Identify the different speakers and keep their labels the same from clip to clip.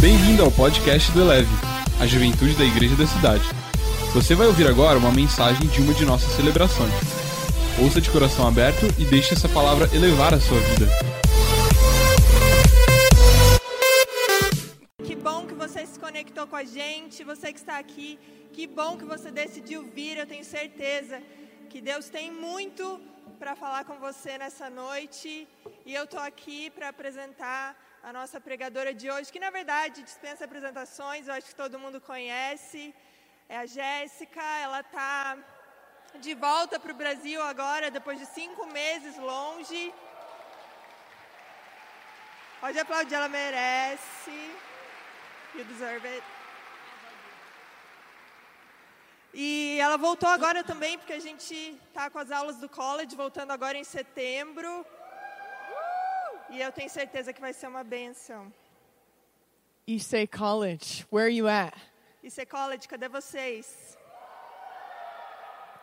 Speaker 1: Bem-vindo ao podcast do Eleve, a juventude da igreja da cidade. Você vai ouvir agora uma mensagem de uma de nossas celebrações. Ouça de coração aberto e deixe essa palavra elevar a sua vida.
Speaker 2: Que bom que você se conectou com a gente, você que está aqui. Que bom que você decidiu vir. Eu tenho certeza que Deus tem muito para falar com você nessa noite. E eu estou aqui para apresentar a nossa pregadora de hoje, que na verdade dispensa apresentações, eu acho que todo mundo conhece. É a Jéssica, ela está de volta para o Brasil agora, depois de cinco meses longe. Pode aplaudir, ela merece. You deserve it. E ela voltou agora também, porque a gente está com as aulas do college, voltando agora em setembro. E eu tenho certeza que vai ser uma benção.
Speaker 3: You say college. Where are you at?
Speaker 2: E ser college, cadê vocês?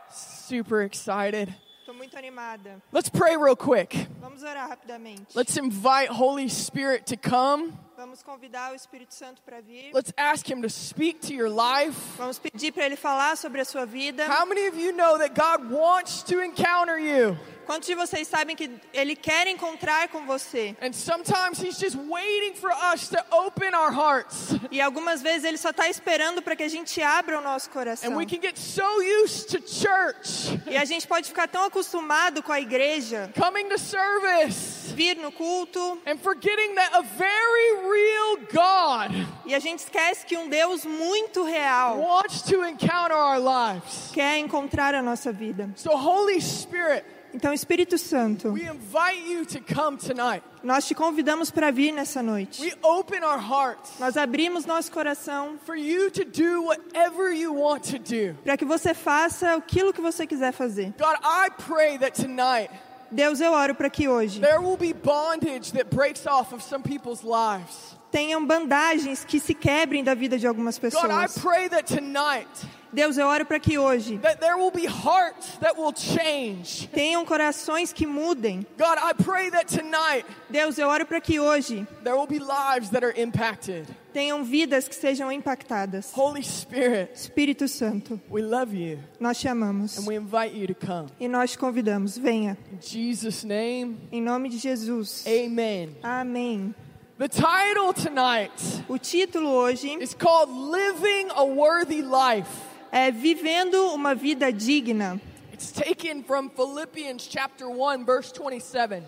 Speaker 3: Super excited.
Speaker 2: Estou muito animada.
Speaker 3: Let's pray real quick.
Speaker 2: Vamos orar rapidamente.
Speaker 3: Let's invite Holy Spirit to come.
Speaker 2: Vamos convidar o Espírito Santo para vir.
Speaker 3: Let's ask him to speak to your life.
Speaker 2: Vamos pedir para ele falar sobre a sua vida.
Speaker 3: How many of you know that God wants to encounter you?
Speaker 2: Quantos de vocês sabem que ele quer encontrar com você?
Speaker 3: And sometimes he's just waiting for us to open our hearts.
Speaker 2: E algumas vezes ele só está esperando para que a gente abra o nosso coração.
Speaker 3: And we can get so used to church,
Speaker 2: E a gente pode ficar tão acostumado com a igreja,
Speaker 3: coming to service,
Speaker 2: vir no culto,
Speaker 3: and forgetting that a very real God
Speaker 2: e a gente esquece que um Deus muito real
Speaker 3: wants to encounter our lives.
Speaker 2: quer encontrar a nossa vida.
Speaker 3: So, Holy Spirit,
Speaker 2: Então, Espírito Santo,
Speaker 3: We invite you to come tonight.
Speaker 2: nós te convidamos para vir nessa noite.
Speaker 3: We open our hearts
Speaker 2: Nós abrimos nosso coração
Speaker 3: for you to do whatever you want to do.
Speaker 2: para que você faça aquilo que você quiser fazer.
Speaker 3: God, I pray that tonight
Speaker 2: Deus, eu oro para que hoje
Speaker 3: there will be bondage that breaks off of some people's lives.
Speaker 2: tenham bandagens que se quebrem da vida de algumas
Speaker 3: God, I
Speaker 2: pessoas.
Speaker 3: pray that tonight
Speaker 2: Deus, eu oro para que hoje
Speaker 3: that there will be hearts that will change.
Speaker 2: tenham corações que mudem.
Speaker 3: God, I pray that tonight
Speaker 2: Deus, eu oro para que hoje
Speaker 3: there will be lives that are impacted.
Speaker 2: tenham vidas que sejam impactadas.
Speaker 3: Holy Spirit,
Speaker 2: Espírito Santo,
Speaker 3: we love you
Speaker 2: nós te amamos
Speaker 3: and we invite you to come.
Speaker 2: e nós te convidamos. Venha,
Speaker 3: In Jesus name,
Speaker 2: em nome de Jesus.
Speaker 3: É amen.
Speaker 2: Amém.
Speaker 3: The title tonight
Speaker 2: O título hoje
Speaker 3: It's called Living a Worthy Life.
Speaker 2: é Vivendo uma Vida Digna.
Speaker 3: It's taken from Philippians chapter 1 verse 27.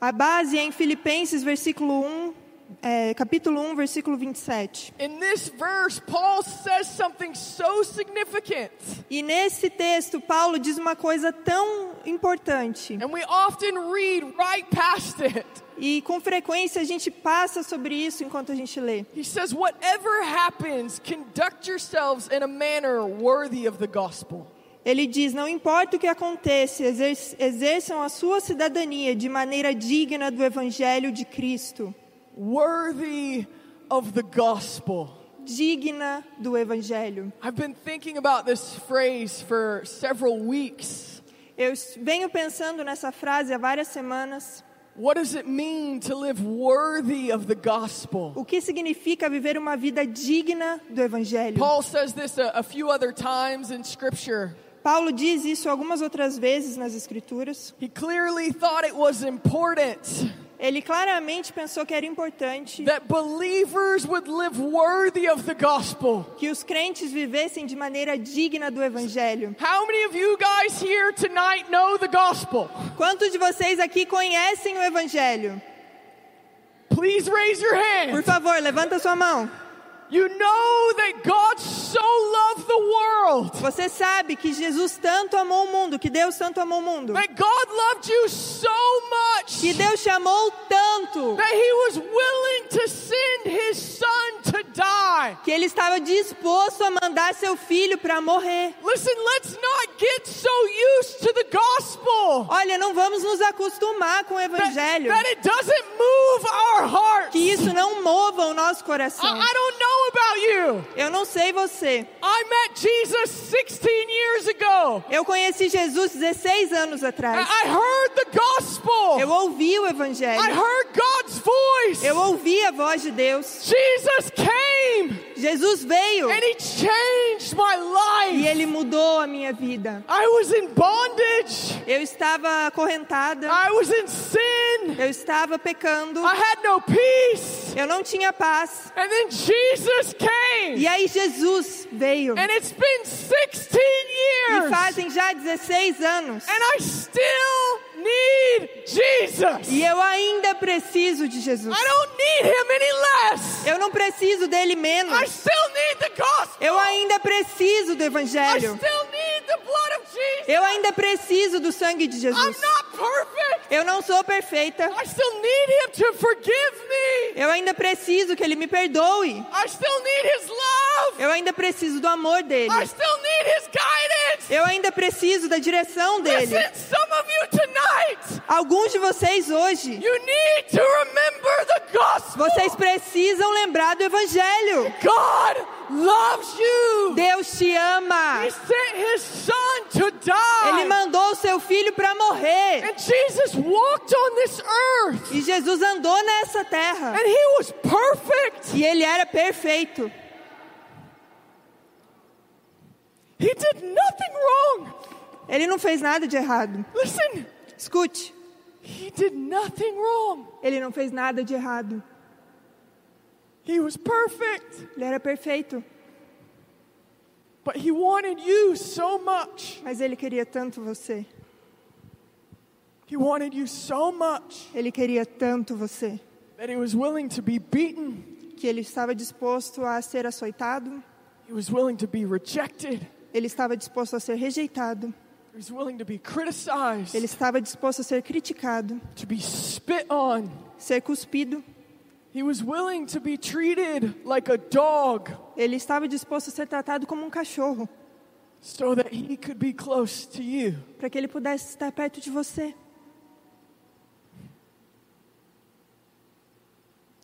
Speaker 2: A base é em Filipenses, versículo 1, é, capítulo 1, versículo 27.
Speaker 3: In this verse Paul says something so significant
Speaker 2: E nesse texto, Paulo diz uma coisa tão importante.
Speaker 3: and we often read right past it.
Speaker 2: E com frequência a gente passa sobre isso enquanto a gente lê.
Speaker 3: He says whatever happens conduct yourselves in a manner worthy of the gospel.
Speaker 2: Ele diz: Não importa o que aconteça, exer- exerçam a sua cidadania de maneira digna do evangelho de Cristo.
Speaker 3: Worthy of the gospel.
Speaker 2: Digna do evangelho.
Speaker 3: I've been thinking about this phrase for several weeks.
Speaker 2: Eu s- venho pensando nessa frase há várias semanas.
Speaker 3: What does it mean to live worthy of the gospel?
Speaker 2: O que significa viver uma vida digna do evangelho?
Speaker 3: Paul says this a, a few other times in Scripture.
Speaker 2: Paulo diz isso algumas outras vezes nas Escrituras.
Speaker 3: He clearly thought it was important
Speaker 2: Ele claramente pensou que era importante
Speaker 3: that believers would live worthy of the gospel.
Speaker 2: que os crentes vivessem de maneira digna do evangelho.
Speaker 3: How many of you guys here tonight know the gospel?
Speaker 2: Quantos de vocês aqui conhecem o evangelho?
Speaker 3: Please raise your
Speaker 2: Por
Speaker 3: hand.
Speaker 2: favor, levanta sua mão.
Speaker 3: You know that God so loved the world,
Speaker 2: Você sabe que Jesus tanto amou o mundo, que Deus tanto amou o mundo,
Speaker 3: that God loved you so much
Speaker 2: que Deus chamou tanto,
Speaker 3: that He was willing to send His Son to die.
Speaker 2: que Ele estava disposto a mandar seu filho para morrer.
Speaker 3: Listen, let's not get so used to the gospel.
Speaker 2: Olha, não vamos nos acostumar com o
Speaker 3: that,
Speaker 2: evangelho,
Speaker 3: that it doesn't move our hearts.
Speaker 2: que isso não mova o nosso
Speaker 3: I,
Speaker 2: coração.
Speaker 3: I don't know about about you.
Speaker 2: Eu não sei você.
Speaker 3: I met Jesus 16 years ago.
Speaker 2: Eu conheci Jesus 16 anos
Speaker 3: I,
Speaker 2: atrás.
Speaker 3: I heard the gospel.
Speaker 2: Eu ouvi o evangelho.
Speaker 3: I heard God's voice.
Speaker 2: Eu ouvi a voz de Deus.
Speaker 3: Jesus came
Speaker 2: Jesus veio
Speaker 3: and he changed my
Speaker 2: e
Speaker 3: life.
Speaker 2: ele mudou a minha vida.
Speaker 3: I was in bondage.
Speaker 2: Eu estava acorrentada,
Speaker 3: I was in sin.
Speaker 2: eu estava pecando,
Speaker 3: I had no peace.
Speaker 2: eu não tinha paz.
Speaker 3: And then Jesus came.
Speaker 2: E aí Jesus veio.
Speaker 3: And it's been 16
Speaker 2: E
Speaker 3: years.
Speaker 2: fazem já 16 anos.
Speaker 3: And I still need Jesus.
Speaker 2: E eu ainda preciso de Jesus.
Speaker 3: I don't need him any less.
Speaker 2: Eu não preciso dele menos.
Speaker 3: I still need the gospel.
Speaker 2: Eu ainda preciso do
Speaker 3: I
Speaker 2: Evangelho.
Speaker 3: still need the blood of Jesus.
Speaker 2: Eu ainda preciso do sangue de
Speaker 3: I'm
Speaker 2: Jesus.
Speaker 3: not perfect.
Speaker 2: Eu não sou perfeita.
Speaker 3: I still need him to forgive me.
Speaker 2: Eu ainda preciso que ele me perdoe.
Speaker 3: I still need his love.
Speaker 2: Eu ainda preciso do amor dele.
Speaker 3: I still need his guidance.
Speaker 2: Eu ainda preciso da direção dele.
Speaker 3: Listen, some of you tonight,
Speaker 2: Alguns de vocês hoje,
Speaker 3: you need to remember the gospel.
Speaker 2: vocês precisam lembrar do Evangelho.
Speaker 3: God loves you.
Speaker 2: Deus te ama.
Speaker 3: He sent his son to die.
Speaker 2: Ele mandou o seu filho para morrer.
Speaker 3: And Jesus walked on this earth.
Speaker 2: E Jesus andou nessa terra.
Speaker 3: And he was perfect.
Speaker 2: E ele era perfeito.
Speaker 3: He did nothing wrong.
Speaker 2: Ele não fez nada de errado.
Speaker 3: Listen,
Speaker 2: Escute,
Speaker 3: he did nothing wrong.
Speaker 2: ele não fez nada de errado.
Speaker 3: He was perfect.
Speaker 2: Ele era perfeito,
Speaker 3: But he wanted you so much.
Speaker 2: mas ele queria tanto você.
Speaker 3: He wanted you so much
Speaker 2: Ele queria tanto você
Speaker 3: that he was willing to be beaten.
Speaker 2: que ele estava disposto a ser açoitado,
Speaker 3: He was willing to be rejected.
Speaker 2: ele estava disposto a ser rejeitado,
Speaker 3: He was willing to be criticized,
Speaker 2: ele estava disposto a ser criticado,
Speaker 3: to be spit on.
Speaker 2: ser cuspido,
Speaker 3: He was willing to be treated like a dog
Speaker 2: ele estava disposto a ser tratado como um cachorro,
Speaker 3: so that he could be close to you.
Speaker 2: para que ele pudesse estar perto de você.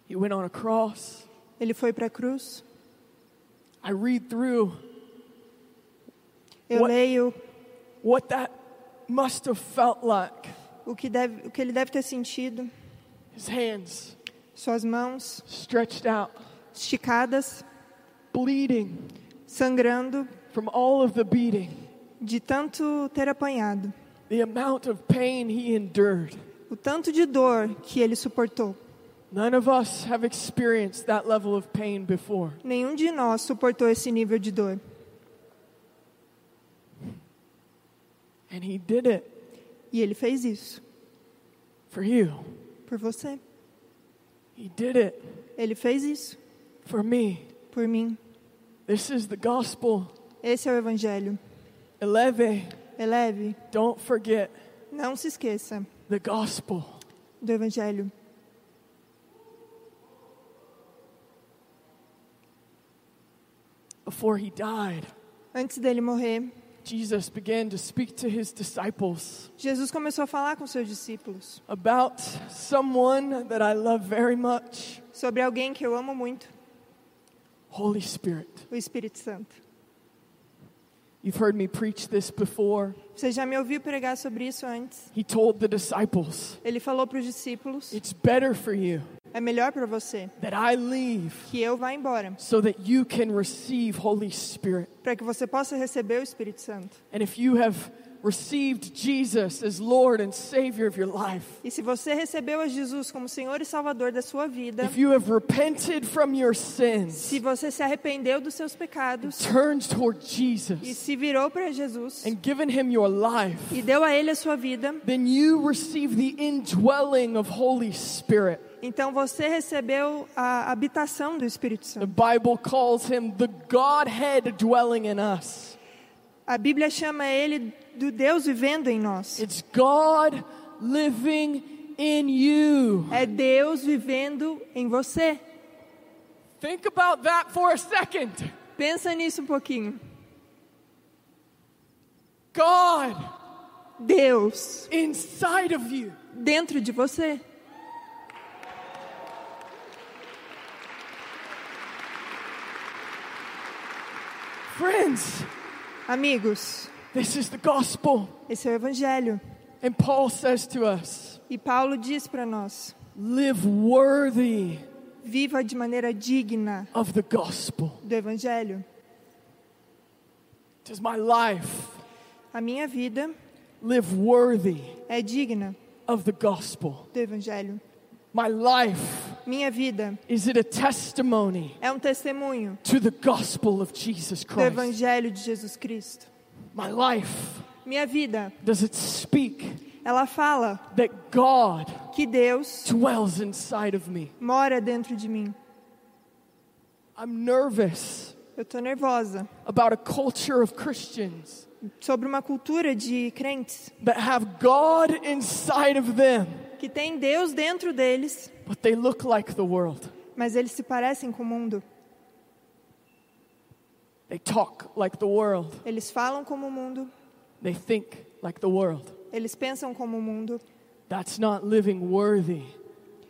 Speaker 3: He went on a cross.
Speaker 2: Ele foi para a cruz.
Speaker 3: I read through
Speaker 2: Eu
Speaker 3: What-
Speaker 2: leio
Speaker 3: what that must have felt like.
Speaker 2: o que, deve, o que ele deve ter sentido,
Speaker 3: His hands
Speaker 2: suas mãos
Speaker 3: stretched out,
Speaker 2: esticadas,
Speaker 3: bleeding
Speaker 2: sangrando
Speaker 3: from all of the beating,
Speaker 2: de tanto ter apanhado,
Speaker 3: the amount of pain he endured.
Speaker 2: o tanto de dor que ele suportou.
Speaker 3: None of us have experienced that level of pain before.
Speaker 2: Nenhum de nós suportou esse nível de dor.
Speaker 3: And he did it
Speaker 2: E ele fez isso
Speaker 3: for you.
Speaker 2: por você.
Speaker 3: He did it
Speaker 2: Ele fez isso
Speaker 3: for me.
Speaker 2: por mim.
Speaker 3: This is the gospel.
Speaker 2: Esse é o Evangelho.
Speaker 3: Eleve,
Speaker 2: Eleve,
Speaker 3: don't forget
Speaker 2: não se esqueça
Speaker 3: the gospel.
Speaker 2: do Evangelho.
Speaker 3: Before he died,
Speaker 2: Antes dele morrer,
Speaker 3: Jesus began to speak to his disciples
Speaker 2: Jesus começou a falar com seus discípulos
Speaker 3: about someone that I love very much,
Speaker 2: sobre alguém que eu amo muito,
Speaker 3: Holy Spirit.
Speaker 2: o Espírito Santo.
Speaker 3: You've heard me preach this before.
Speaker 2: Você já me ouviu pregar sobre isso antes?
Speaker 3: He told the disciples,
Speaker 2: Ele falou para os discípulos:
Speaker 3: It's better for you
Speaker 2: é melhor para você
Speaker 3: that I leave
Speaker 2: que eu vá embora,
Speaker 3: so that you can receive Holy Spirit.
Speaker 2: para que você possa receber o Espírito Santo.
Speaker 3: And if you have received Jesus as Lord and Savior of your life,
Speaker 2: E se você recebeu a Jesus como Senhor e Salvador da sua vida,
Speaker 3: if you have repented from your sins,
Speaker 2: se você se arrependeu dos seus pecados
Speaker 3: turned toward
Speaker 2: e
Speaker 3: Jesus,
Speaker 2: se virou para Jesus
Speaker 3: and given him your life,
Speaker 2: e deu a ele a sua vida,
Speaker 3: then you receive the indwelling of Holy Spirit.
Speaker 2: então você recebeu a habitação do Espírito
Speaker 3: The
Speaker 2: Santo.
Speaker 3: Bible calls him the Godhead dwelling in us.
Speaker 2: A Bíblia chama ele do Deus vivendo em nós.
Speaker 3: It's God living in you.
Speaker 2: É Deus vivendo em você.
Speaker 3: Think about that for a second.
Speaker 2: Pensa nisso um pouquinho.
Speaker 3: God
Speaker 2: Deus
Speaker 3: inside of you.
Speaker 2: dentro de você.
Speaker 3: Friends,
Speaker 2: Amigos,
Speaker 3: this is the gospel.
Speaker 2: esse é o Evangelho.
Speaker 3: And Paul says to us
Speaker 2: E Paulo diz para nós:
Speaker 3: live worthy
Speaker 2: viva de maneira digna
Speaker 3: of the gospel.
Speaker 2: do Evangelho.
Speaker 3: Does my life
Speaker 2: A minha vida
Speaker 3: live worthy
Speaker 2: é digna
Speaker 3: of the gospel?
Speaker 2: do Evangelho.
Speaker 3: My life,
Speaker 2: Minha vida
Speaker 3: is it a testimony
Speaker 2: é um testemunho
Speaker 3: to the gospel of Jesus
Speaker 2: do
Speaker 3: Christ?
Speaker 2: Evangelho de Jesus Cristo.
Speaker 3: My life,
Speaker 2: Minha vida,
Speaker 3: does it speak
Speaker 2: ela fala
Speaker 3: that God
Speaker 2: que Deus
Speaker 3: dwells inside of me?
Speaker 2: mora dentro de mim.
Speaker 3: I'm nervous
Speaker 2: Eu tô nervosa
Speaker 3: about a culture of Christians
Speaker 2: sobre uma cultura de crentes
Speaker 3: that have God inside of them,
Speaker 2: que tem Deus dentro deles,
Speaker 3: but they look like the world.
Speaker 2: mas eles se parecem com o mundo.
Speaker 3: They talk like the world.
Speaker 2: Eles falam como o mundo,
Speaker 3: They think like the world.
Speaker 2: eles pensam como o mundo,
Speaker 3: That's not living worthy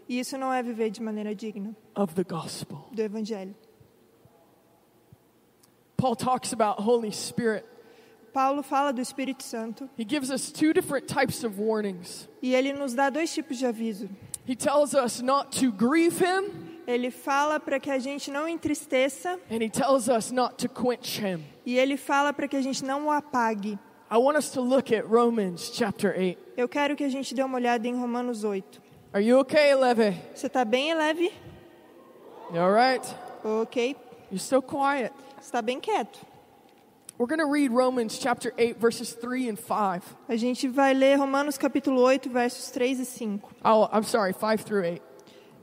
Speaker 2: e isso não é viver de maneira digna
Speaker 3: of the gospel.
Speaker 2: do evangelho.
Speaker 3: Paul talks about Holy Spirit.
Speaker 2: Paulo fala do Espírito Santo
Speaker 3: He gives us two different types of warnings.
Speaker 2: e ele nos dá dois tipos de aviso.
Speaker 3: He tells us not to grieve him,
Speaker 2: Ele fala para que a gente não entristeça
Speaker 3: and he tells us not to quench him.
Speaker 2: e ele fala para que a gente não o apague.
Speaker 3: I want us to look at Romans chapter 8.
Speaker 2: Eu quero que a gente dê uma olhada em Romanos 8.
Speaker 3: Are you okay, Leve?
Speaker 2: Você tá bem, leve?
Speaker 3: You all right?
Speaker 2: Ok.
Speaker 3: You're so quiet.
Speaker 2: Você tá bem quieto.
Speaker 3: We're going to read Romans chapter 8, verses 3 and 5.
Speaker 2: A gente vai ler Romanos capítulo 8, versos 3 e 5.
Speaker 3: Oh, I'm sorry, 5 through 8.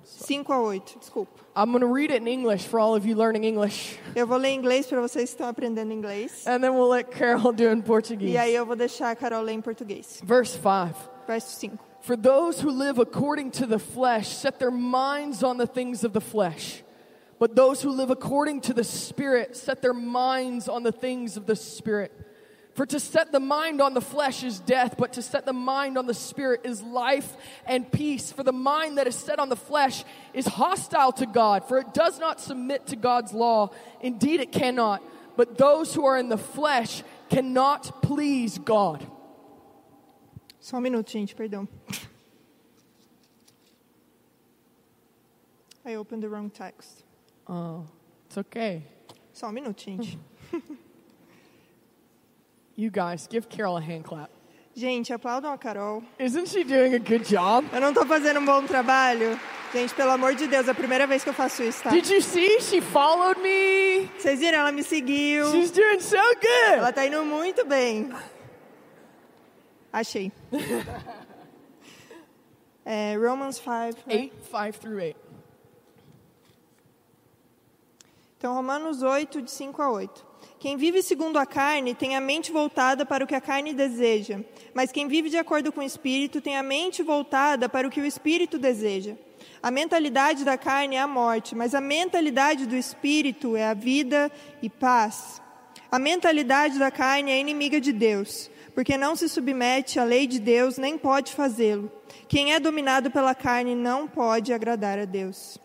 Speaker 2: 5 a 8, desculpa.
Speaker 3: I'm going to read it in English for all of you learning English,
Speaker 2: Eu vou ler em inglês para vocês que estão aprendendo inglês.
Speaker 3: and then we'll let Carol do it
Speaker 2: E
Speaker 3: in
Speaker 2: aí
Speaker 3: Portuguese.
Speaker 2: eu vou deixar a Carol ler em português.
Speaker 3: Verse 5.
Speaker 2: Verso 5.
Speaker 3: For those who live according to the flesh set their minds on the things of the flesh, but those who live according to the Spirit set their minds on the things of the Spirit. For to set the mind on the flesh is death, but to set the mind on the Spirit is life and peace. For the mind that is set on the flesh is hostile to God, for it does not submit to God's law. Indeed, it cannot. But those who are in the flesh cannot please God.
Speaker 2: Só um minuto, gente, perdão. I opened the wrong text.
Speaker 3: Oh, it's okay.
Speaker 2: Só um minuto, gente.
Speaker 3: You guys, give Carol a hand clap.
Speaker 2: Gente, aplaudam a Carol.
Speaker 3: Isn't she doing a good job?
Speaker 2: Eu não tô fazendo um bom trabalho. Gente, pelo amor de Deus, é a primeira vez que eu faço isso, tá?
Speaker 3: Did you see? She followed me.
Speaker 2: Vocês viram? Ela me seguiu.
Speaker 3: She's doing so good.
Speaker 2: Ela tá indo muito bem. Achei. É, Romans 5. né?
Speaker 3: Eight, five through eight.
Speaker 2: Então, Romanos 8, de 5 a 8. Quem vive segundo a carne tem a mente voltada para o que a carne deseja, mas quem vive de acordo com o espírito tem a mente voltada para o que o espírito deseja. A mentalidade da carne é a morte, mas a mentalidade do espírito é a vida e paz. A mentalidade da carne é inimiga de Deus, porque não se submete à lei de Deus nem pode fazê-lo. Quem é dominado pela carne não pode agradar a Deus.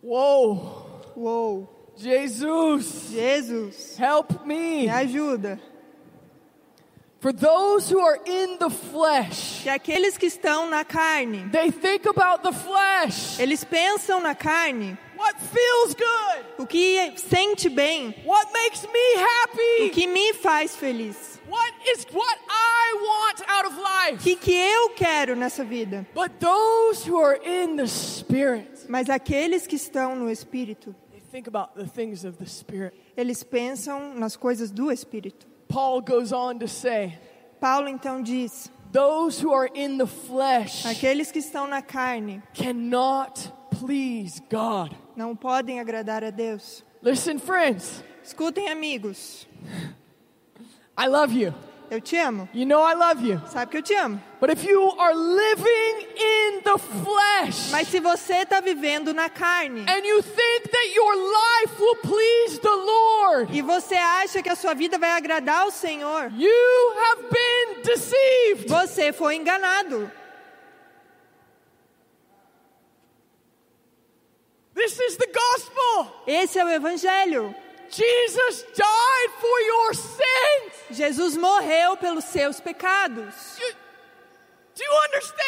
Speaker 3: Whoa.
Speaker 2: Uou!
Speaker 3: Jesus,
Speaker 2: Jesus!
Speaker 3: help me.
Speaker 2: Me ajuda.
Speaker 3: For those who are in the flesh,
Speaker 2: Que aqueles que estão na carne,
Speaker 3: they think about the flesh.
Speaker 2: eles pensam na carne,
Speaker 3: What feels good?
Speaker 2: o que sente bem,
Speaker 3: What makes me
Speaker 2: o
Speaker 3: happy?
Speaker 2: que me faz feliz,
Speaker 3: What is what I want out of
Speaker 2: o
Speaker 3: life?
Speaker 2: que, que eu quero nessa vida.
Speaker 3: But those who are in the spirit,
Speaker 2: Mas aqueles que estão no Espírito,
Speaker 3: they think about the things of the spirit.
Speaker 2: eles pensam nas coisas do Espírito.
Speaker 3: Paul goes on to say,
Speaker 2: Paulo então diz:
Speaker 3: Those who are in the flesh
Speaker 2: aqueles que estão na carne
Speaker 3: cannot please God.
Speaker 2: não podem agradar a Deus.
Speaker 3: Listen, friends,
Speaker 2: Escutem, amigos,
Speaker 3: I love you.
Speaker 2: eu te amo.
Speaker 3: You know I love you.
Speaker 2: Sabe que eu te amo.
Speaker 3: But if you are living in the flesh
Speaker 2: Mas se você está vivendo na carne
Speaker 3: and you think that your life will please the Lord,
Speaker 2: e você acha que a sua vida vai agradar o Senhor,
Speaker 3: you have been deceived.
Speaker 2: Você foi enganado.
Speaker 3: This This is the gospel.
Speaker 2: Esse é o Evangelho.
Speaker 3: Jesus died for your sins.
Speaker 2: Jesus morreu pelos seus pecados.
Speaker 3: You, do you understand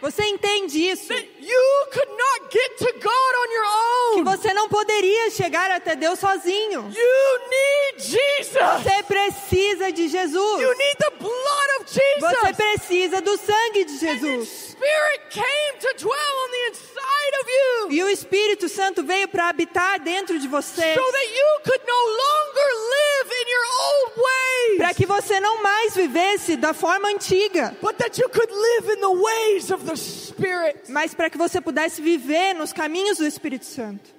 Speaker 2: Você entende isso?
Speaker 3: that you could not get to God on
Speaker 2: Que
Speaker 3: your own?
Speaker 2: você não poderia chegar até Deus sozinho.
Speaker 3: You need Jesus.
Speaker 2: Você precisa de Jesus.
Speaker 3: You need the blood of
Speaker 2: Você
Speaker 3: Jesus.
Speaker 2: precisa do sangue de
Speaker 3: And His
Speaker 2: Jesus.
Speaker 3: Spirit came to dwell on the inside of you
Speaker 2: E o Espírito Santo veio para habitar dentro de você,
Speaker 3: so that you could no longer live in your old ways,
Speaker 2: para que você não mais vivesse da forma antiga,
Speaker 3: but that you could live in the ways of the Spirit.
Speaker 2: mas para que você pudesse viver nos caminhos do Espírito Santo.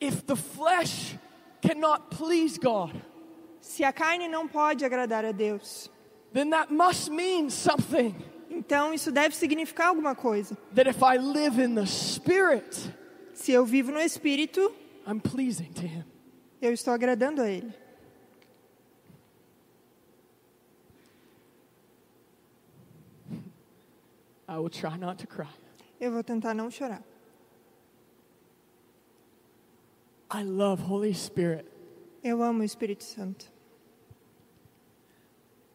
Speaker 3: If the flesh cannot please God,
Speaker 2: Se a carne não pode agradar a Deus,
Speaker 3: then that must mean something.
Speaker 2: então isso deve significar alguma coisa.
Speaker 3: That if I live in the Spirit,
Speaker 2: Se eu vivo no Espírito,
Speaker 3: I'm pleasing to Him.
Speaker 2: eu estou agradando a Ele.
Speaker 3: I will try not to cry.
Speaker 2: Eu vou tentar não chorar.
Speaker 3: I love Holy Spirit.
Speaker 2: Eu amo o Espírito Santo.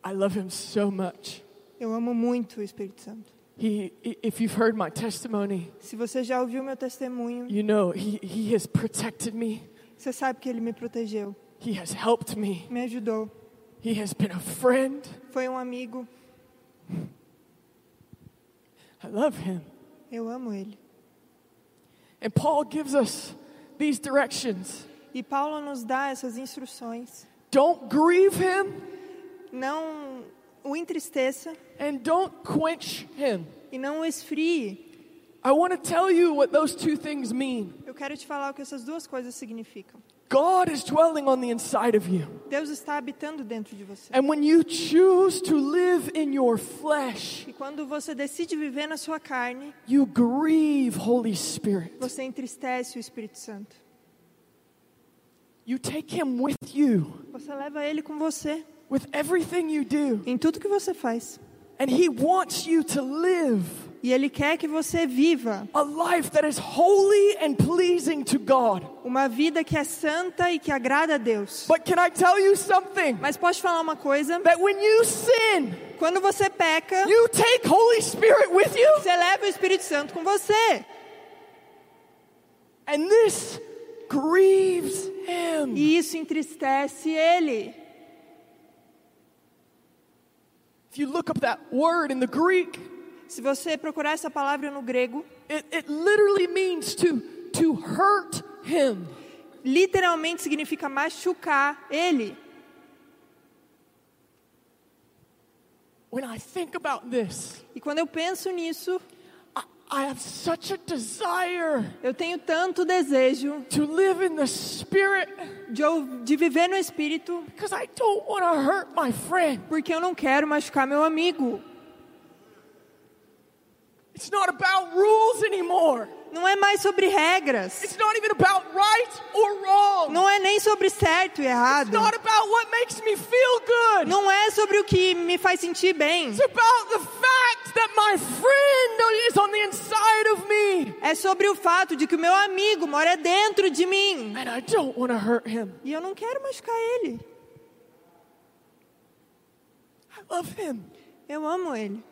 Speaker 3: I love Him so much.
Speaker 2: Eu amo muito o Espírito Santo.
Speaker 3: He, i- if you've heard my testimony,
Speaker 2: Se você já ouviu meu testemunho,
Speaker 3: you know He, he has protected me.
Speaker 2: você sabe que Ele me protegeu,
Speaker 3: He has helped me.
Speaker 2: me ajudou.
Speaker 3: He has been a friend.
Speaker 2: Foi um amigo.
Speaker 3: I love Him.
Speaker 2: Eu amo Ele.
Speaker 3: And Paul gives us these directions.
Speaker 2: E Paulo nos dá essas instruções.
Speaker 3: Don't grieve Him
Speaker 2: Não o entristeça
Speaker 3: and don't quench Him.
Speaker 2: e não o esfrie.
Speaker 3: I want to tell you what those two things mean.
Speaker 2: Eu quero te falar o que essas duas coisas significam.
Speaker 3: God is dwelling on the inside of you.
Speaker 2: Deus está habitando dentro de você.
Speaker 3: And when you choose to live in your flesh,
Speaker 2: E quando você decide viver na sua carne,
Speaker 3: you grieve Holy Spirit.
Speaker 2: você entristece o Espírito Santo.
Speaker 3: You take Him with you,
Speaker 2: Você leva ele com você
Speaker 3: with everything you do.
Speaker 2: em tudo que você faz.
Speaker 3: And He wants you to live
Speaker 2: E ele quer que você viva
Speaker 3: a life that is holy and pleasing to God.
Speaker 2: uma vida que é santa e que agrada a Deus.
Speaker 3: But can I tell you something?
Speaker 2: Mas posso falar uma coisa?
Speaker 3: That when you sin,
Speaker 2: Quando você peca,
Speaker 3: you take Holy Spirit with you.
Speaker 2: você leva o Espírito Santo com você.
Speaker 3: And this grieves Him.
Speaker 2: E isso entristece ele.
Speaker 3: If you look up that word in the Greek,
Speaker 2: Se você procurar essa palavra no grego,
Speaker 3: it, it literally means to, to hurt Him.
Speaker 2: literalmente significa machucar ele.
Speaker 3: When I think about this,
Speaker 2: E quando eu penso nisso,
Speaker 3: I, I have such a desire
Speaker 2: eu tenho tanto desejo
Speaker 3: to live in the Spirit
Speaker 2: de, ou- de viver no espírito,
Speaker 3: because I don't want to hurt my friend.
Speaker 2: porque eu não quero machucar meu amigo.
Speaker 3: It's not about rules anymore.
Speaker 2: Não é mais sobre regras,
Speaker 3: It's not even about right or wrong.
Speaker 2: não é nem sobre certo e errado,
Speaker 3: It's not about what makes me feel good.
Speaker 2: não é sobre o que me faz sentir bem.
Speaker 3: It's about the fact that my friend is on the inside of me.
Speaker 2: É sobre o fato de que o meu amigo mora dentro de mim
Speaker 3: And I don't want to hurt him.
Speaker 2: e eu não quero machucar ele.
Speaker 3: I love him.
Speaker 2: Eu amo ele.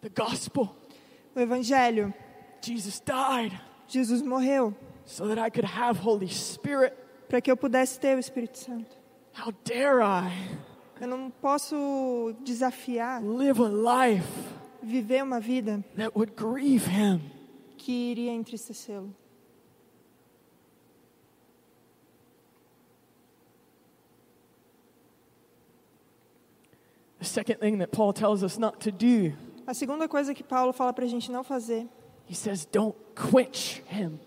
Speaker 3: The gospel.
Speaker 2: O evangelho,
Speaker 3: Jesus died
Speaker 2: Jesus morreu
Speaker 3: so that I could have Holy Spirit.
Speaker 2: para que eu pudesse ter o Espírito Santo.
Speaker 3: How dare I
Speaker 2: Eu não posso desafiar,
Speaker 3: live a life
Speaker 2: viver uma vida
Speaker 3: that would grieve him?
Speaker 2: que iria entristecê-lo.
Speaker 3: The second thing that Paul tells us not to do,
Speaker 2: A segunda coisa que Paulo fala para a gente não fazer,
Speaker 3: he says, don't quench him.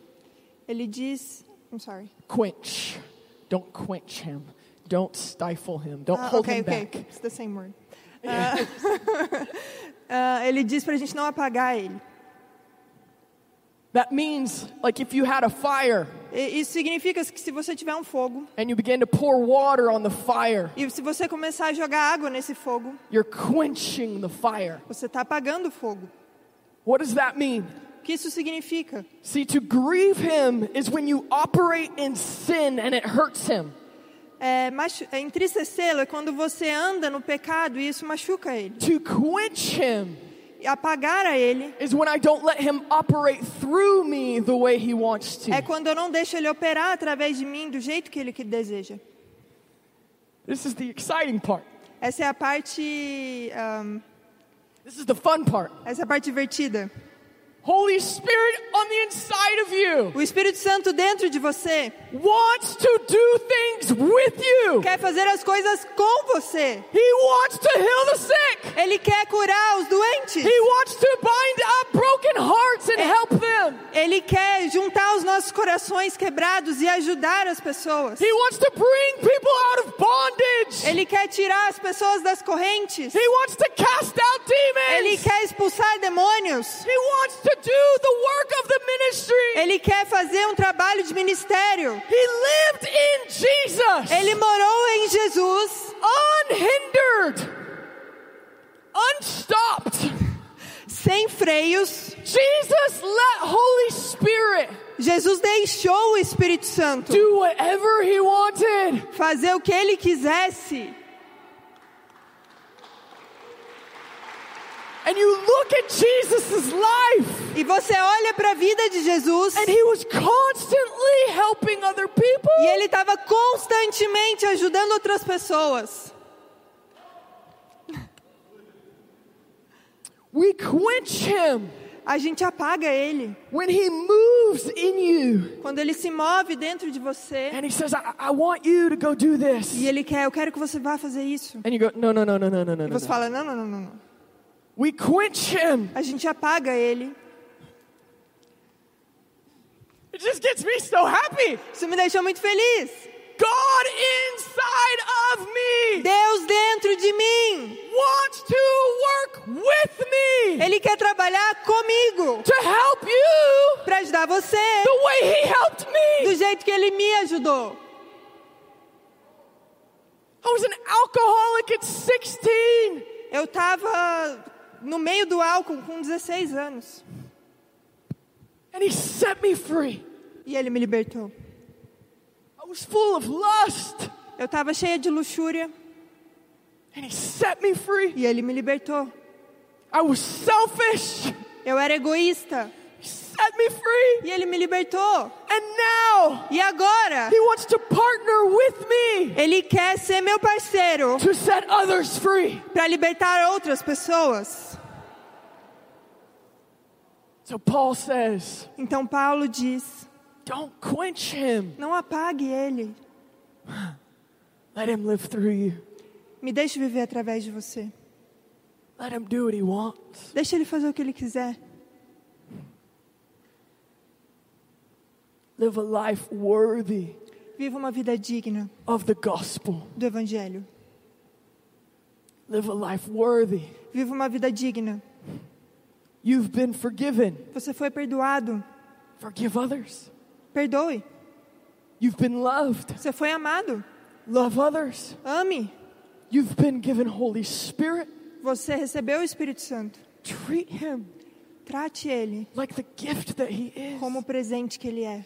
Speaker 2: ele diz, I'm sorry,
Speaker 3: Quench. Don't quench him. Don't stifle him. Don't
Speaker 2: Ah,
Speaker 3: Então, hold
Speaker 2: ok,
Speaker 3: him
Speaker 2: ok.
Speaker 3: back.
Speaker 2: It's the same word. Ah,
Speaker 3: É.
Speaker 2: ah, ele diz para a gente não apagar ele.
Speaker 3: That means, like, if you had a fire
Speaker 2: E- Isso significa que se você tiver um fogo
Speaker 3: and you begin to pour water on the fire,
Speaker 2: e se você começar a jogar água nesse fogo,
Speaker 3: you're quenching the fire.
Speaker 2: você está apagando o fogo.
Speaker 3: What does that mean?
Speaker 2: O que isso significa?
Speaker 3: See, to grieve him is when you operate in sin and it hurts him.
Speaker 2: É, machu- é, Entristecê-lo é quando você anda no pecado e isso machuca ele.
Speaker 3: To quench him
Speaker 2: E apagar a ele
Speaker 3: is when I don't let him operate through me the way he wants to.
Speaker 2: é quando eu não deixo ele operar através de mim do jeito que ele que deseja.
Speaker 3: This is the exciting part.
Speaker 2: Essa é a parte, ahm,
Speaker 3: This is the fun part.
Speaker 2: essa é a parte divertida.
Speaker 3: Holy Spirit on the inside of you
Speaker 2: O Espírito Santo dentro de você
Speaker 3: wants to do things with you.
Speaker 2: quer fazer as coisas com você.
Speaker 3: He wants to heal the sick.
Speaker 2: Ele quer curar os doentes.
Speaker 3: He wants to bind up broken hearts and help them.
Speaker 2: Ele quer juntar os nossos corações quebrados e ajudar as pessoas.
Speaker 3: He wants to bring people out of bondage.
Speaker 2: Ele quer tirar as pessoas das correntes.
Speaker 3: He wants to cast out
Speaker 2: Ele
Speaker 3: demons.
Speaker 2: quer expulsar demônios.
Speaker 3: He wants to do the work of the ministry.
Speaker 2: Ele quer fazer um trabalho de ministério.
Speaker 3: He lived in
Speaker 2: Ele
Speaker 3: Jesus,
Speaker 2: morou em Jesus,
Speaker 3: unhindered, unstopped.
Speaker 2: sem freios.
Speaker 3: Jesus let Holy Spirit
Speaker 2: Jesus deixou o Espírito Santo
Speaker 3: do whatever he wanted.
Speaker 2: fazer o que ele quisesse.
Speaker 3: And you look at Jesus' life,
Speaker 2: E você olha para a vida de Jesus
Speaker 3: and he was constantly helping other people.
Speaker 2: e ele estava constantemente ajudando outras pessoas.
Speaker 3: We quench him
Speaker 2: A gente apaga ele
Speaker 3: when he moves in you.
Speaker 2: quando ele se move dentro de você
Speaker 3: And he says, I, I want you to go do this.
Speaker 2: e ele quer, eu quero que você vá fazer isso.
Speaker 3: And you go, no, no, no, no, no, no, no.
Speaker 2: E você
Speaker 3: no.
Speaker 2: fala, não, não, não, não, não.
Speaker 3: We quench him.
Speaker 2: A gente apaga ele.
Speaker 3: It just gets me so happy.
Speaker 2: Isso me deixou muito feliz.
Speaker 3: God inside of me
Speaker 2: Deus dentro de mim,
Speaker 3: wants to work with me
Speaker 2: ele quer trabalhar comigo
Speaker 3: to help you
Speaker 2: para ajudar você
Speaker 3: the way he helped me.
Speaker 2: do jeito que ele me ajudou.
Speaker 3: I was an alcoholic at 16.
Speaker 2: Eu tava no meio do álcool com 16 anos
Speaker 3: and he set me free.
Speaker 2: e ele me libertou.
Speaker 3: I was full of lust,
Speaker 2: Eu tava cheia de luxúria
Speaker 3: and he set me free.
Speaker 2: e ele me libertou.
Speaker 3: I was selfish,
Speaker 2: Eu era egoísta
Speaker 3: he set me free.
Speaker 2: e ele me libertou.
Speaker 3: And now
Speaker 2: E agora
Speaker 3: he wants to partner with me
Speaker 2: ele quer ser meu parceiro
Speaker 3: to set others free.
Speaker 2: para libertar outras pessoas.
Speaker 3: So Paul says,
Speaker 2: Então Paulo diz:
Speaker 3: Don't quench him,
Speaker 2: não apague ele,
Speaker 3: let him live through you,
Speaker 2: me deixe viver através de você.
Speaker 3: let him do what he wants.
Speaker 2: Deixa ele fazer o que ele quiser.
Speaker 3: Live a life worthy
Speaker 2: Viva uma vida digna
Speaker 3: of the gospel,
Speaker 2: do Evangelho.
Speaker 3: live a life worthy.
Speaker 2: Viva uma vida digna.
Speaker 3: You've been forgiven,
Speaker 2: Você foi perdoado.
Speaker 3: forgive others.
Speaker 2: Perdoe.
Speaker 3: You've been loved,
Speaker 2: Você foi amado.
Speaker 3: love others.
Speaker 2: Ame.
Speaker 3: You've been given Holy Spirit.
Speaker 2: Você recebeu o Espírito Santo.
Speaker 3: Treat him
Speaker 2: Trate ele
Speaker 3: like the gift that he is.
Speaker 2: como o presente que ele é.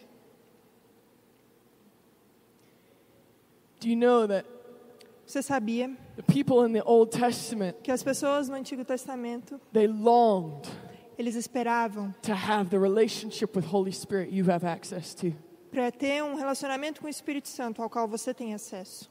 Speaker 3: Do you know that
Speaker 2: Você sabia
Speaker 3: the people in the Old Testament,
Speaker 2: que as pessoas no Antigo Testamento,
Speaker 3: they longed
Speaker 2: eles esperavam
Speaker 3: to have the relationship with Holy Spirit you have access to?
Speaker 2: para ter um relacionamento com o Espírito Santo ao qual você tem acesso.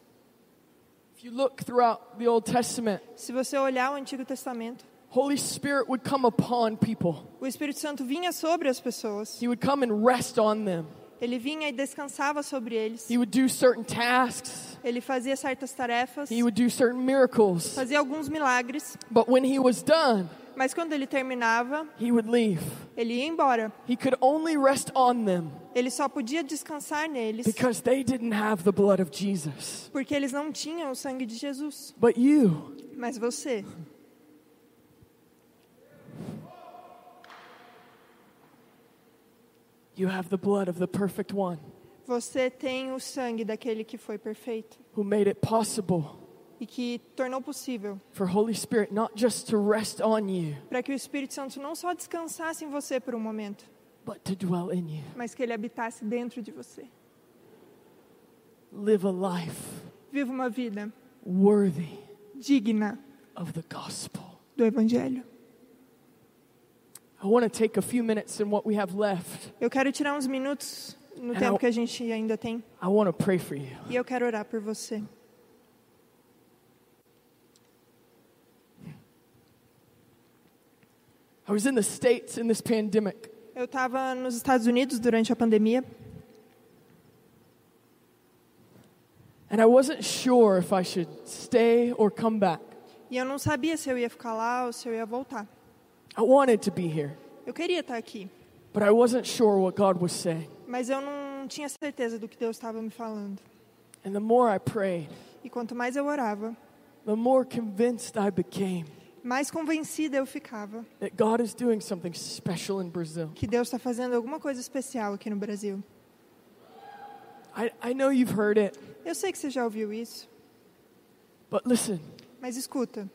Speaker 3: If you look throughout the Old Testament,
Speaker 2: Se você olhar o Antigo Testamento,
Speaker 3: Holy Spirit would come upon people.
Speaker 2: o Espírito Santo vinha sobre as pessoas.
Speaker 3: He would come and rest on them.
Speaker 2: Ele vinha e descansava sobre eles.
Speaker 3: He would do certain tasks.
Speaker 2: Ele fazia certas tarefas,
Speaker 3: He would do certain miracles.
Speaker 2: fazia alguns milagres,
Speaker 3: But when he was done,
Speaker 2: mas quando ele terminava,
Speaker 3: he would leave.
Speaker 2: ele ia embora.
Speaker 3: He could only rest on them
Speaker 2: Ele só podia descansar neles
Speaker 3: because they didn't have the blood of Jesus.
Speaker 2: porque eles não tinham o sangue de Jesus.
Speaker 3: But you,
Speaker 2: Mas você,
Speaker 3: You have the blood of the perfect one.
Speaker 2: Você tem o sangue daquele que foi perfeito
Speaker 3: who made it possible
Speaker 2: e que tornou possível
Speaker 3: for Holy Spirit not just to rest on you,
Speaker 2: para que o Espírito Santo não só descansasse em você por um momento,
Speaker 3: but to dwell in you.
Speaker 2: mas que ele habitasse dentro de você.
Speaker 3: Live a life
Speaker 2: Viva uma vida
Speaker 3: worthy
Speaker 2: digna
Speaker 3: of the gospel.
Speaker 2: do Evangelho.
Speaker 3: I want to take a few minutes in what we have left.
Speaker 2: Eu quero tirar uns minutos no
Speaker 3: É,
Speaker 2: tempo
Speaker 3: eu-
Speaker 2: que a gente ainda tem
Speaker 3: I want to pray for you.
Speaker 2: e eu quero orar por você.
Speaker 3: I was in the States in this pandemic,
Speaker 2: Eu estava nos Estados Unidos durante a pandemia
Speaker 3: and I wasn't sure if I should stay or come back.
Speaker 2: e eu não sabia se eu ia ficar lá ou se eu ia voltar.
Speaker 3: I wanted to be here,
Speaker 2: Eu queria estar aqui,
Speaker 3: but I wasn't sure what God was saying.
Speaker 2: mas eu não tinha certeza do que Deus estava me falando.
Speaker 3: And the more I prayed,
Speaker 2: E quanto mais eu orava,
Speaker 3: the more convinced I became
Speaker 2: mais convencida eu ficava
Speaker 3: that God is doing something special in Brazil.
Speaker 2: que Deus está fazendo alguma coisa especial aqui no Brasil.
Speaker 3: I, I know you've heard it,
Speaker 2: Eu sei que você já ouviu isso,
Speaker 3: but listen
Speaker 2: mas escuta,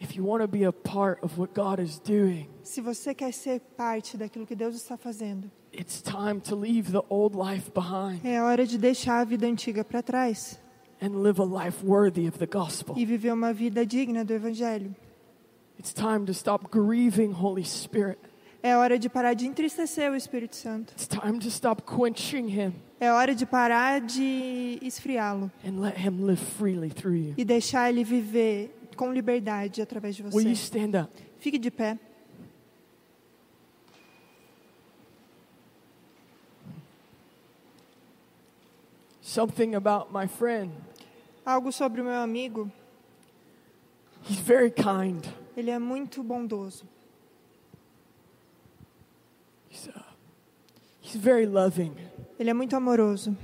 Speaker 3: if you want to be a part of what God is doing,
Speaker 2: se você quer ser parte daquilo que Deus está fazendo,
Speaker 3: it's time to leave the old life behind
Speaker 2: é hora de deixar a vida antiga para trás
Speaker 3: and live a life worthy of the gospel.
Speaker 2: e viver uma vida digna do Evangelho.
Speaker 3: It's time to stop grieving Holy Spirit.
Speaker 2: É hora de parar de entristecer o Espírito Santo.
Speaker 3: It's time to stop quenching Him
Speaker 2: É hora de parar de esfriá-lo
Speaker 3: and let Him live freely through you.
Speaker 2: e deixar ele viver com liberdade através de
Speaker 3: Will
Speaker 2: você.
Speaker 3: you stand up?
Speaker 2: Fique de pé.
Speaker 3: Something about my friend.
Speaker 2: Algo sobre o meu amigo,
Speaker 3: He's very kind.
Speaker 2: ele é muito bondoso.
Speaker 3: He's, uh, he's very loving.
Speaker 2: Ele é muito amoroso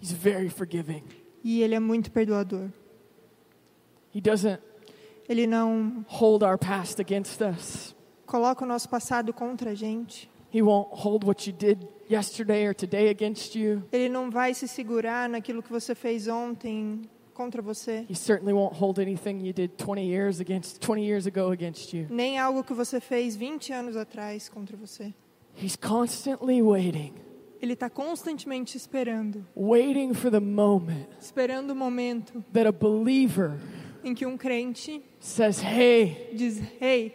Speaker 3: He's very forgiving.
Speaker 2: e ele é muito perdoador.
Speaker 3: He doesn't
Speaker 2: Ele não
Speaker 3: hold our past against us.
Speaker 2: coloca o nosso passado contra a gente.
Speaker 3: He won't hold what you did yesterday or today against you.
Speaker 2: Ele não vai se segurar naquilo que você fez ontem contra você,
Speaker 3: He certainly won't hold anything you did 20 years against 20 years ago against you.
Speaker 2: nem algo que você fez 20 anos atrás contra você.
Speaker 3: He's constantly waiting,
Speaker 2: Ele está constantemente esperando,
Speaker 3: waiting for the moment
Speaker 2: esperando o momento
Speaker 3: that a believer
Speaker 2: em que um crente
Speaker 3: says, "Hey,
Speaker 2: diz: "Ei,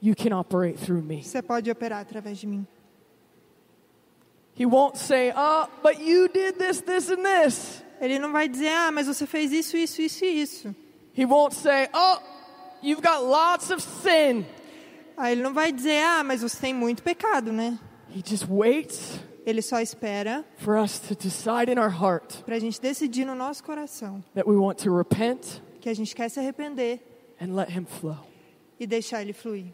Speaker 3: you can operate through me."
Speaker 2: você pode operar através de mim".
Speaker 3: He won't say, "Ah, but you did this, this and this."
Speaker 2: Ele não vai dizer: "Ah, mas você fez isso, isso, isso e isso".
Speaker 3: He won't say, "Oh, you've got lots of sin."
Speaker 2: Ah, ele não vai dizer: "Ah, mas você tem muito pecado, né?".
Speaker 3: He just waits
Speaker 2: Ele só espera
Speaker 3: for us to decide in our heart
Speaker 2: para a gente decidir no nosso coração
Speaker 3: that we want to repent
Speaker 2: que a gente quer se arrepender
Speaker 3: and let him flow.
Speaker 2: e deixar ele fluir.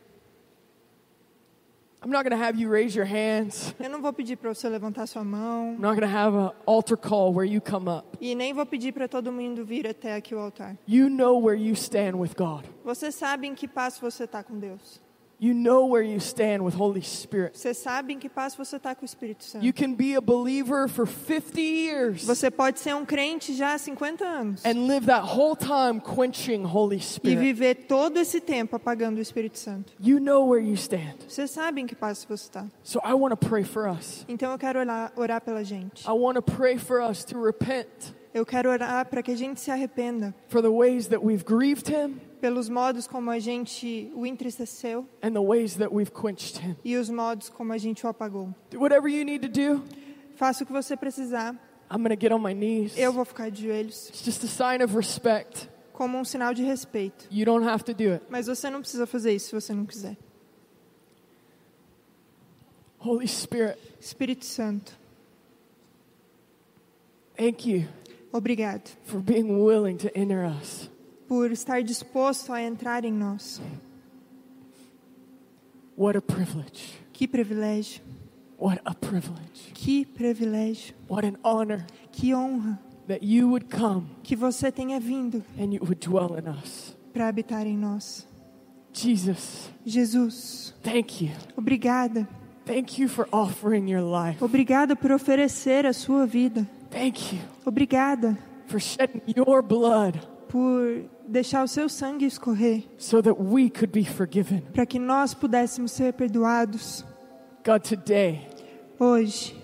Speaker 3: I'm not going to have you raise your hands.
Speaker 2: Eu não vou pedir para você levantar sua mão
Speaker 3: I'm not going to have an altar call where you come up.
Speaker 2: e nem vou pedir para todo mundo vir até aqui o altar.
Speaker 3: You know where you stand with God.
Speaker 2: Você sabe em que passo você está com Deus.
Speaker 3: You know where you stand with Holy Spirit.
Speaker 2: Você sabe em que passo você está com o Espírito Santo.
Speaker 3: You can be a believer for 50 years
Speaker 2: Você pode ser um crente já há 50 anos
Speaker 3: and live that whole time quenching Holy
Speaker 2: e
Speaker 3: Spirit.
Speaker 2: viver todo esse tempo apagando o Espírito Santo.
Speaker 3: You know where you stand.
Speaker 2: Você sabe em que passo você está.
Speaker 3: So I want to pray for us.
Speaker 2: Então eu quero orar, orar pela gente.
Speaker 3: I want to pray for us to repent
Speaker 2: Eu quero orar para que a gente se arrependa
Speaker 3: for the ways that we've grieved him
Speaker 2: pelos modos como a gente o entristeceu
Speaker 3: and the ways that we've quenched him.
Speaker 2: e os modos como a gente o apagou.
Speaker 3: Do whatever you need to do.
Speaker 2: Faça o que você precisar.
Speaker 3: I'm going to get on my knees.
Speaker 2: Eu vou ficar de joelhos
Speaker 3: It's just a sign of respect.
Speaker 2: como um sinal de respeito.
Speaker 3: You don't have to do it.
Speaker 2: Mas você não precisa fazer isso se você não quiser.
Speaker 3: Holy Spirit,
Speaker 2: Espírito Santo,
Speaker 3: thank you
Speaker 2: obrigado
Speaker 3: for being willing to enter us.
Speaker 2: por estar disposto a entrar em nós.
Speaker 3: What a privilege.
Speaker 2: Que privilégio,
Speaker 3: What a privilege.
Speaker 2: que privilégio,
Speaker 3: What an honor
Speaker 2: que honra
Speaker 3: that you would come
Speaker 2: que você tenha vindo
Speaker 3: and you would dwell in us.
Speaker 2: para habitar em nós.
Speaker 3: Jesus,
Speaker 2: Jesus,
Speaker 3: thank you
Speaker 2: obrigada
Speaker 3: Thank you for offering your life.
Speaker 2: Obrigada por oferecer a sua vida.
Speaker 3: Thank you
Speaker 2: Obrigada
Speaker 3: for shedding your blood
Speaker 2: por deixar o seu sangue escorrer
Speaker 3: so that we could be forgiven.
Speaker 2: para que nós pudéssemos ser perdoados.
Speaker 3: God, today
Speaker 2: Hoje,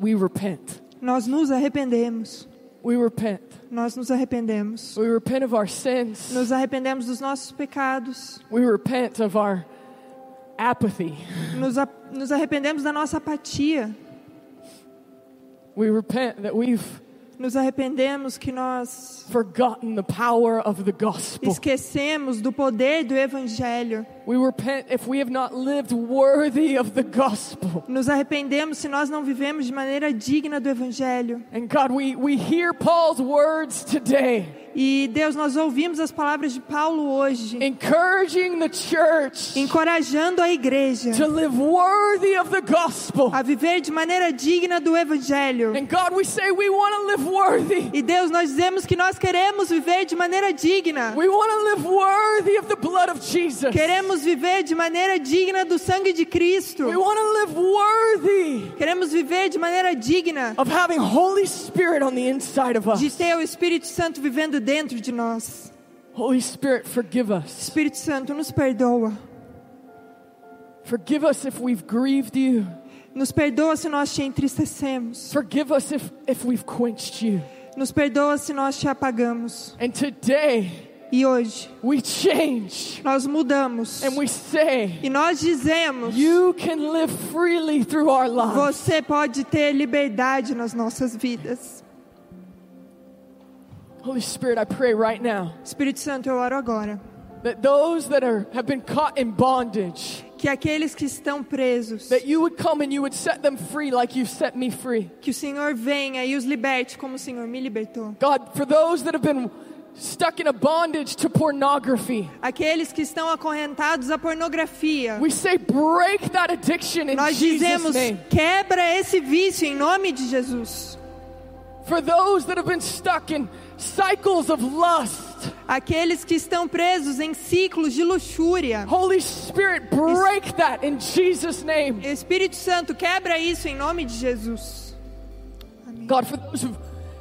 Speaker 3: we repent.
Speaker 2: nós nos arrependemos.
Speaker 3: We repent.
Speaker 2: Nós nos arrependemos.
Speaker 3: We repent of our sins.
Speaker 2: Nos arrependemos dos nossos pecados.
Speaker 3: We repent of our apathy.
Speaker 2: Nos, a- nos arrependemos da nossa apatia.
Speaker 3: We repent that we've
Speaker 2: Nos arrependemos que nós
Speaker 3: forgotten the power of the gospel.
Speaker 2: esquecemos do poder do Evangelho.
Speaker 3: We repent if we have not lived worthy of the gospel.
Speaker 2: Nos arrependemos se nós não vivemos de maneira digna do Evangelho.
Speaker 3: And God, we, we hear Paul's words today,
Speaker 2: E Deus, nós ouvimos as palavras de Paulo hoje,
Speaker 3: encouraging the church
Speaker 2: encorajando a igreja
Speaker 3: to live worthy of the gospel.
Speaker 2: a viver de maneira digna do Evangelho.
Speaker 3: And God, we say we want to live worthy.
Speaker 2: E Deus, nós dizemos que nós queremos viver de maneira digna.
Speaker 3: We want to live worthy of the blood of Jesus.
Speaker 2: Queremos viver de maneira digna do sangue de Cristo.
Speaker 3: We want to live worthy
Speaker 2: Queremos viver de maneira digna
Speaker 3: of having Holy Spirit on the inside of
Speaker 2: de
Speaker 3: us.
Speaker 2: ter o Espírito Santo vivendo dentro de nós.
Speaker 3: Holy Spirit, forgive us.
Speaker 2: Espírito Santo, nos perdoa.
Speaker 3: Forgive us if we've grieved you.
Speaker 2: Nos perdoa se nós te entristecemos.
Speaker 3: Forgive us if, if we've quenched you.
Speaker 2: Nos perdoa se nós te apagamos.
Speaker 3: And today
Speaker 2: E hoje,
Speaker 3: we change
Speaker 2: nós mudamos.
Speaker 3: and we say,
Speaker 2: E nós dizemos:
Speaker 3: É You can live freely through our lives.
Speaker 2: você pode ter liberdade nas nossas vidas.
Speaker 3: Holy Spirit, I pray right now
Speaker 2: Espírito Santo, eu oro agora.
Speaker 3: that those that are, have been caught in bondage,
Speaker 2: Que aqueles que estão presos,
Speaker 3: that you would come and you would set them free like you've set me free.
Speaker 2: que o Senhor venha e os liberte como o Senhor me libertou.
Speaker 3: God, for those that have been stuck in a bondage to pornography,
Speaker 2: Aqueles que estão acorrentados à pornografia,
Speaker 3: we say, break that addiction in
Speaker 2: nós
Speaker 3: Jesus'
Speaker 2: dizemos:
Speaker 3: name.
Speaker 2: quebra esse vício em nome de Jesus.
Speaker 3: For those that have been stuck in cycles of lust,
Speaker 2: Aqueles que estão presos em ciclos de luxúria,
Speaker 3: Holy Spirit, break that in Jesus' name.
Speaker 2: Espírito Santo, quebra isso em nome de Jesus.
Speaker 3: God, for those who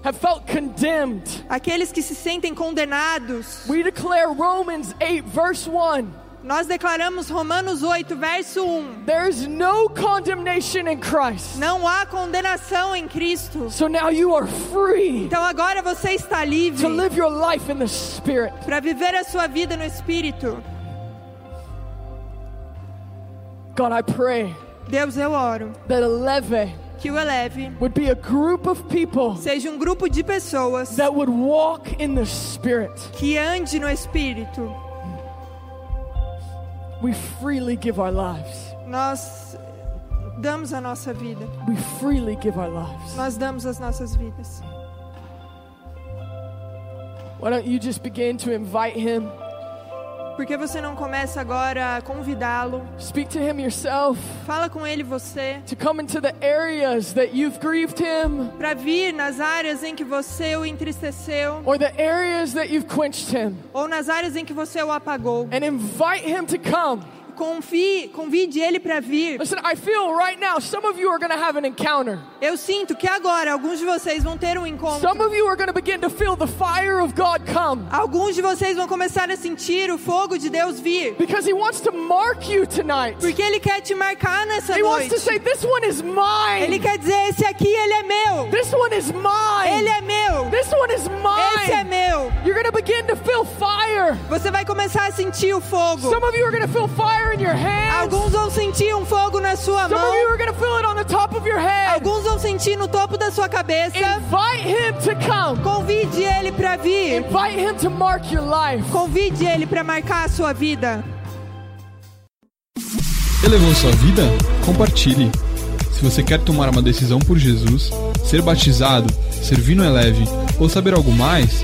Speaker 3: have felt condemned,
Speaker 2: Aqueles que se sentem condenados,
Speaker 3: we declare Romans 8, verse 1
Speaker 2: nós declaramos Romanos 8, verso 1.
Speaker 3: there is no condemnation in Christ.
Speaker 2: Não há condenação em Cristo.
Speaker 3: So now you are free
Speaker 2: Então agora você está livre
Speaker 3: to live your life in the Spirit.
Speaker 2: para viver a sua vida no Espírito.
Speaker 3: God, I pray
Speaker 2: Deus, eu oro
Speaker 3: that Eleve
Speaker 2: que o eleve
Speaker 3: would be a group of people
Speaker 2: seja um grupo de pessoas
Speaker 3: that would walk in the Spirit.
Speaker 2: que ande no Espírito.
Speaker 3: We freely give our lives.
Speaker 2: Nós damos a nossa vida,
Speaker 3: We freely give our lives.
Speaker 2: nós damos as nossas vidas.
Speaker 3: Why don't you just begin to invite him?
Speaker 2: Por que você não começa agora a convidá-lo?
Speaker 3: Speak to him yourself
Speaker 2: Fala com ele você
Speaker 3: to come into the areas that you've grieved him
Speaker 2: para vir nas áreas em que você o entristeceu
Speaker 3: or the areas that you've quenched him
Speaker 2: ou nas áreas em que você o apagou.
Speaker 3: and invite him to come.
Speaker 2: Confie, convide ele para vir.
Speaker 3: Listen, I feel right now some of you are going to have an encounter.
Speaker 2: Eu sinto que agora alguns de vocês vão ter um encontro.
Speaker 3: Some of you are going to begin to feel the fire of God come
Speaker 2: Alguns de vocês vão começar a sentir o fogo de Deus vir.
Speaker 3: because he wants to mark you tonight.
Speaker 2: Porque Ele quer te marcar nessa
Speaker 3: He wants
Speaker 2: noite.
Speaker 3: to say, This one is
Speaker 2: Ele
Speaker 3: mine.
Speaker 2: quer dizer: esse aqui, ele é meu.
Speaker 3: This one is
Speaker 2: Ele
Speaker 3: mine.
Speaker 2: é meu.
Speaker 3: This one is
Speaker 2: Esse é
Speaker 3: mine.
Speaker 2: meu.
Speaker 3: You're going to begin to feel fire.
Speaker 2: Você vai começar a sentir o fogo.
Speaker 3: Some of you are going to feel fire in your hands.
Speaker 2: Alguns vão sentir um fogo na sua
Speaker 3: Some of you
Speaker 2: mão.
Speaker 3: are going to feel it on the top of your head.
Speaker 2: Alguns vão sentir no topo da sua cabeça.
Speaker 3: Invite him to come.
Speaker 2: Convide Ele para vir.
Speaker 3: Invite him to mark your life.
Speaker 2: Convide Ele para marcar a sua vida.
Speaker 1: Elevou sua vida? Compartilhe. Se você quer tomar uma decisão por Jesus, ser batizado, servir no Eleve ou saber algo mais,